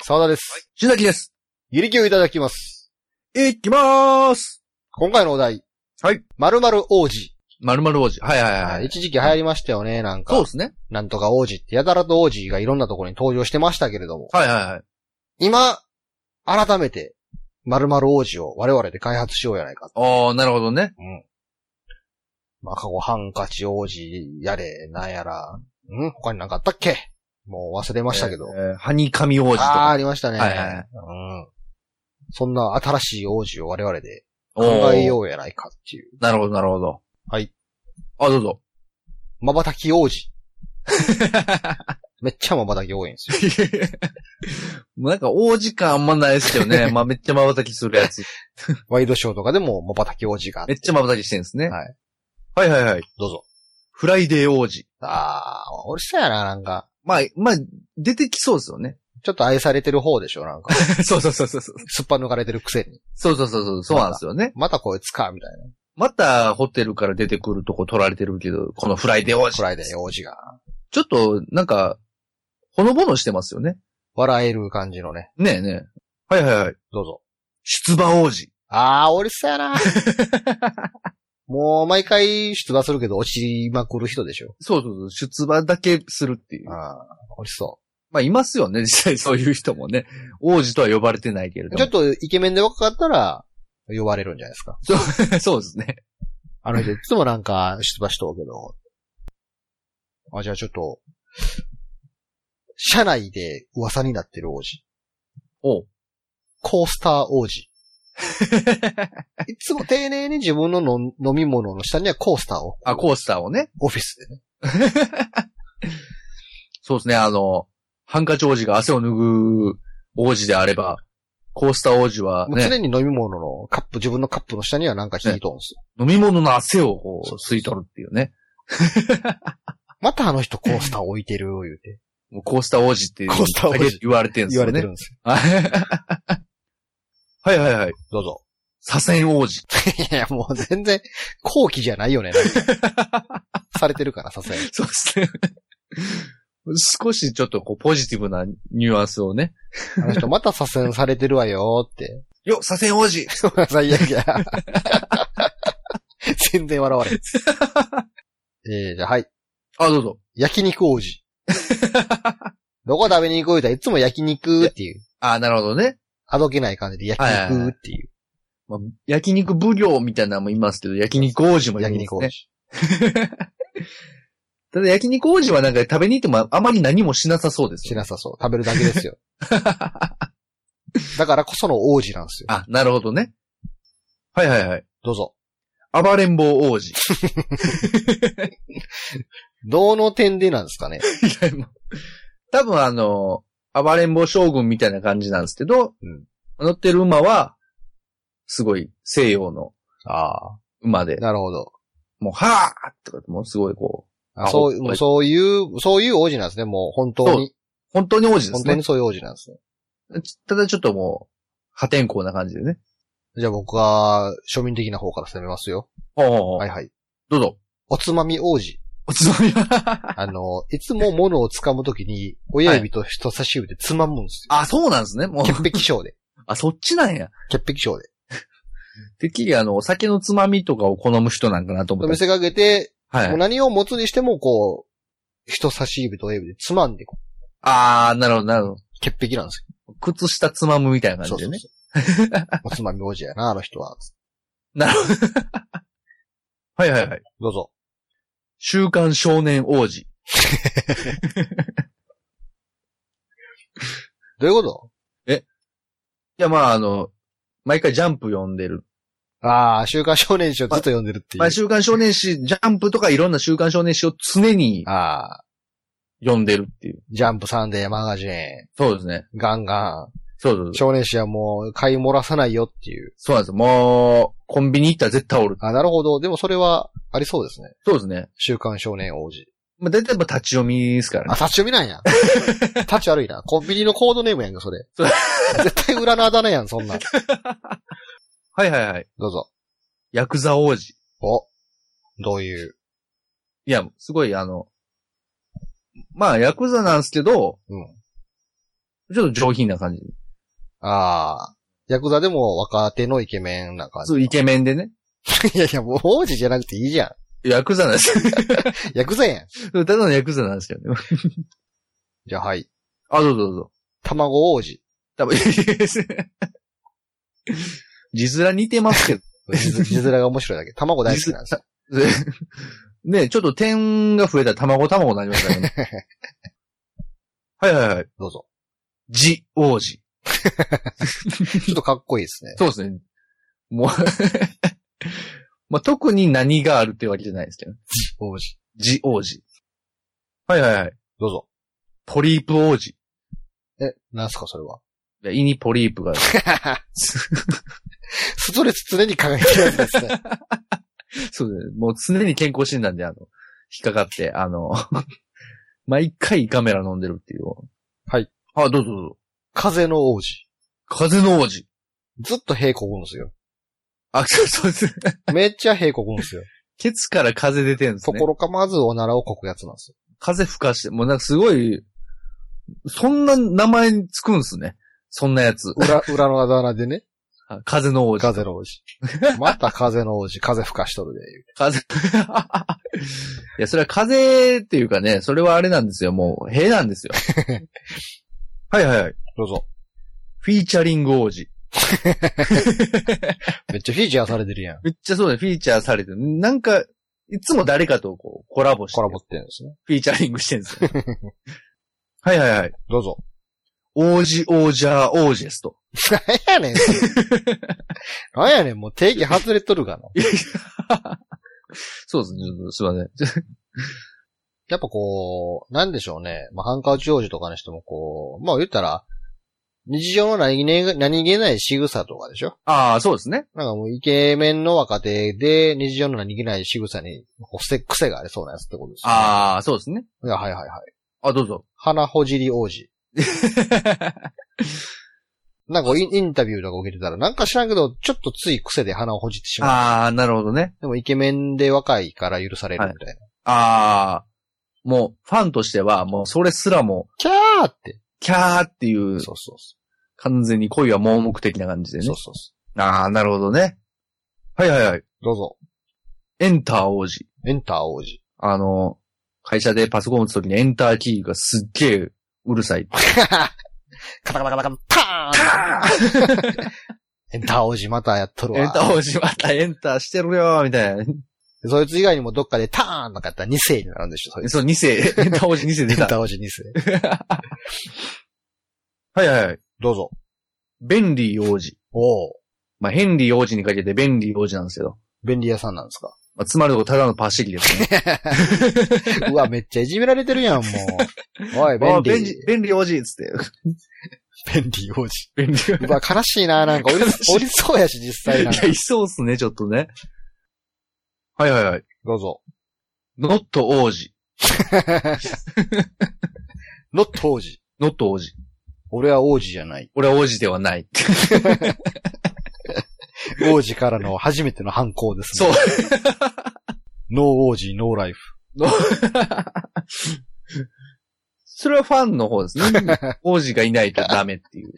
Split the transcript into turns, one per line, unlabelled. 沢田です。
しなきです。
ゆりきをいただきます。
いきまーす。
今回のお題。
はい。
〇〇王子。
まるまる王子。はいはい
は。
はいい。
一時期流行りましたよね、なんか。
そうですね。
なんとか王子って、やたらと王子がいろんなところに登場してましたけれども。
はいはいはい。
今、改めて、〇〇王子を我々で開発しようやないか。
あー、なるほどね。
うん。まあ、過去ハンカチ王子やれ、なんやら。うん他になんかあったっけもう忘れましたけど。
えー。ハニカミ王子と
ああー、
か。
ありましたね。
はいはいはい
うん。そんな新しい王子を我々で
おー
考えようやないかっていう。
なるほどなるほど。
はい。
あ、どうぞ。
瞬き王子。めっちゃ瞬き多いんで すよ。
もうなんか王子感あんまないですよ ね。まあめっちゃ瞬きするやつ。
ワイドショーとかでも瞬き王子があっ
め
て
っちゃ瞬きしてるんですね。
はい。
はいはいはい。
どうぞ。
フライデー王子。
ああ、俺そうやな、なんか。
まあ、まあ、出てきそうで すよね。
ちょっと愛されてる方でしょ、 なんか。
そうそうそうそう。そう
すっぱ抜かれてるくせに。
そうそうそう。そうなんですよね。
またこいつか、みたい
またホテルから出てくるとこ取られてるけど、このフライデー王
な。
子
く。らいで王子が。
ちょっと、なんか、ほのぼのしてますよね。
笑える感じのね。
ねえねえ。はいはいはい。
どうぞ。
出馬王子。
ああ、俺そうや な。もう毎回出馬するけど落ちまくる人でしょ。
そうそうそう。出馬だけするっていう。
ああ、美味しそ
まあ、いますよね。実際そういう人もね。王子とは呼ばれてないけれ
う。ちょ
ど
っとイケメンで若かったら、呼ばれるんじゃないですか。
も。 そうですね。
あの人いつもなんか出馬しとうけど。あ、じゃあちょっと、社内で噂になってる王子。
おう。
コースター王 子。いつも丁寧に自分のの飲み物の下にはコースターを。
あ、コースターをね。
オフィスでね。
そうですね。あの、ハンカチ王子が汗を脱ぐ王子であれば、コースター王子は
もう常
ね、
に飲み物のカップ、自分のカップの下にはなんか引いとんすよ。
飲み物の汗をこう吸い取るっていうね。
またあの人コースター置いてる、言う て。
もうコースター王子って
コースター王子
言われてるんで
言
す
わ
よ
れ
ね。
てるん ですよ。
はいはいはい。
どうぞ。
左遷王子。
いや、もう全然、後期じゃないよね。なん かされてるから、さすがに。
そうですね。少しちょっとこうポジティブなニュアンスをね。
あの人また左遷されてるわよって。
よ、左遷王子
最悪や。 全然笑われん。えー、じゃあはい。
あ、どうぞ。
焼肉王子。どこ食べに行く言うたらいつも焼肉っていう。
あ、なるほどね。
あどけない感じで焼肉っていう。
まあ、焼肉奉行みたいなのもいますけど、焼肉王子もいるん
焼
で
肉
す
王
ね。
子。
ただ焼肉王子はなんか食べに行ってもあまり何もしなさそうです
し
よね、
なさそう。食べるだけですよ。 だからこその王子なんですよ。
あ、なるほどね。はいはいはい。
どうぞ。
暴れん坊王子。い
どの点でなんですかね。
やもう多分あの、暴れん坊将軍みたいな感じなんですけど、
うん
乗ってる馬は、すごい西洋の
ああ。
馬で、
なるほど。
もう、はぁとか、もうすごいこう、
あ
あ
そう、
ほん
もうそういう、そういう王子なんですね。もう本当に、
本当に王子で
本
す
当
ね
に。そういう王子なんですね。
ただちょっともう、破天荒な感じでね。
じゃあ僕は、庶民的な方から攻めますよ。
は
はい
い、
はい。
どうぞ。
おつまみ王子。
おつまみは。
あの、いつも物を掴むときに、 親指と人差し指でつまむんですよ。
あ、そうなんですね。もう、
潔癖 症で。
あ、そっちなんや。
潔癖症で。
てっきりあの、お酒のつまみとかを好む人なんかなと思
見
った。
せかけて、
は
もう
い。
何を持つにしても、こう、人差し指と親指でつまんで、こう
あー、なるほど、なるほ
潔癖なんですよ。
ど。靴下つまむみたいな感じでね。
そう。おつまみ王子やな、あの人は。
なるほど。 はいはいはい。
どうぞ。
週刊少年王子。
どういうこ
いや、まああの、毎回ジャンプ読んでる
とああ、週刊少年誌をずっと読んでるっていう。
まあ、週刊少年誌、ジャンプとかいろんな週刊少年誌を常に
ああ、
読んでるっていう。
ジャンプサンデーマガジン、
そうですね。
ガンガ
そうそう
ン、
そう。
少年誌はもう買い漏らさないよっていう。
そうなんですよ。もう、コンビニ行ったら絶対おる。
あなるほど。でもそれはありそうですね。
そうですね。
週刊少年王子。
まあ、大体やっぱ立ち読みですから
あ、
ね。
立ち読みなん や。立ち悪いな。コンビニのコードネームやんか、それ。絶対裏のあだ名やん、そんなん。
はいはいはい。
どうぞ。
ヤクザ王子。
お。どういう。
いや、すごいあの、まあ、ヤクザなんですけど、
うん。
ちょっと上品な感じ。
ああ。ヤクザでも若手のイケメンな感じ。
そう、イケメンでね。
いやいや、もう王子じゃなくていいじゃん。
ヤクザなんです よ。
ヤクザやん。
ただのヤクザなんですよね。
じゃあはい。
あ、どうぞどうぞ。
卵王子。
多 分、字面似てますけど。
字字面が面白いだけ。卵大好きなんですよ。
ねちょっと点が増えたら卵卵になりました ね。はいはいはい。
どうぞ。
字王子。
ちょっとかっこいいですね。
そうですね。もう、 まあ、特に何があるってわけじゃないですけど。
王子。
字王子。はいはいはい。
どうぞ。
ポリープ王子。い
え、なんすかそれは。
や、胃にポリープがある。
ストレス常に輝いてるやつですね。
そうですね。もう常に健康診断であの、引っかかって、あの、 毎回胃カメラ飲んでるっていう。
はい。
あ、どうぞどうぞ。
風の王子。
風の王子。
ずっと平こくんですよ。
あ、 そうそうです。
めっちゃ平こくんですよ。
ケツから風出てるんです
と
ね
こ。ろかまずおならをこくやつなんですよ。
風吹かして、もうなんかすごい、そんな名前つくんすね。そんなやつ。
裏、裏のあだ名でね。
あ風の王子。
風の王子。また風の王子、風吹かしとるで。
風。 いや、それは風っていうかね、それはあれなんですよ。もう、塀なんで すよ。はいはいはい。
どうぞ。
フィーチャリング王子。
めっちゃフィーチャーされてるやん。
めっちゃそうだね、フィーチャーされてる。なんか、いつも誰かとこう、コラボして、
コラボってるんですね。
フィーチャリングしてるんですよ。 はいはいはい。
どうぞ。
王子、王者、王ジェスト。
なんやねん。なんやねん、もう定義外れとるがな。
そうですね、ちょっとすいません。
やっぱこう、なんでしょうね。まあ、ハンカウチ王子とかにしてもこう、まあ言ったら、日常の何気ね何気ない仕草とかでしょ
ああ、そうですね。
なんかもうイケメンの若手で日常の何気ない仕草にこうせ癖がありそうなやつってことですよ、ね。
ああ、そうですね。
あ。いや、はいはいはい。
あ、どう ぞ。
鼻ほじり王子。なんかインインタビューとか受けてたら、なんか知らんけど、ちょっとつい癖で鼻をほじってしまう。
ああ、なるほどね。
でもイケメンで若いから許されるみたいな。
ああ、もう、ファンとしては、もう、それすらも、
キャーって。
キャーっていう、
そうそうそ
完全に恋は盲目的な感じで
う。
ね。
そうそうそ
ああ、なるほどね。はいはいはい。
う。どうぞ。
エンター王子。
エンター王子。
あの、会社でパソコン打つときにエンターキーがすっげえうるさい。
カタカタカタカタ、パーンエンター王子またやっとるわ。
エンター王子またエンターしてるよーみたいな。
そいつ以外にもどっかでターンとかやったら2世になるんでしょ、そいつ。
そう、2世、エンター王子2 世
エ
出
ンタ
た。
ー王子2世。
はいはいはい。
どうぞ。
ベンリー王子。
おお。
まあ、ヘンリー王子にかけてベンリー王子なんですけど。
便利屋さんなんですか。
まあ、つまるとこただのパシリですね。
うわ、めっちゃいじめられてるやん、もう。 おい、
あ
便
ベン
利
リ。ベンリー王子っつって。
便利王子。
ベンリー
うわ、悲しいな、なんかおり、
悲しい
おりそうやし、実際
い
なんか
や、いそうっすね、ちょっとね。はいはいはい。
どうぞ。
ノット王子。
ノット王子。
ノット王子。
俺は王子じゃない。
俺は王子ではない。
王子からの初めての反抗ですね。
そう。
ノー王子、ノーライフ。
それはファンの方ですね。王子がいないとダメっていう。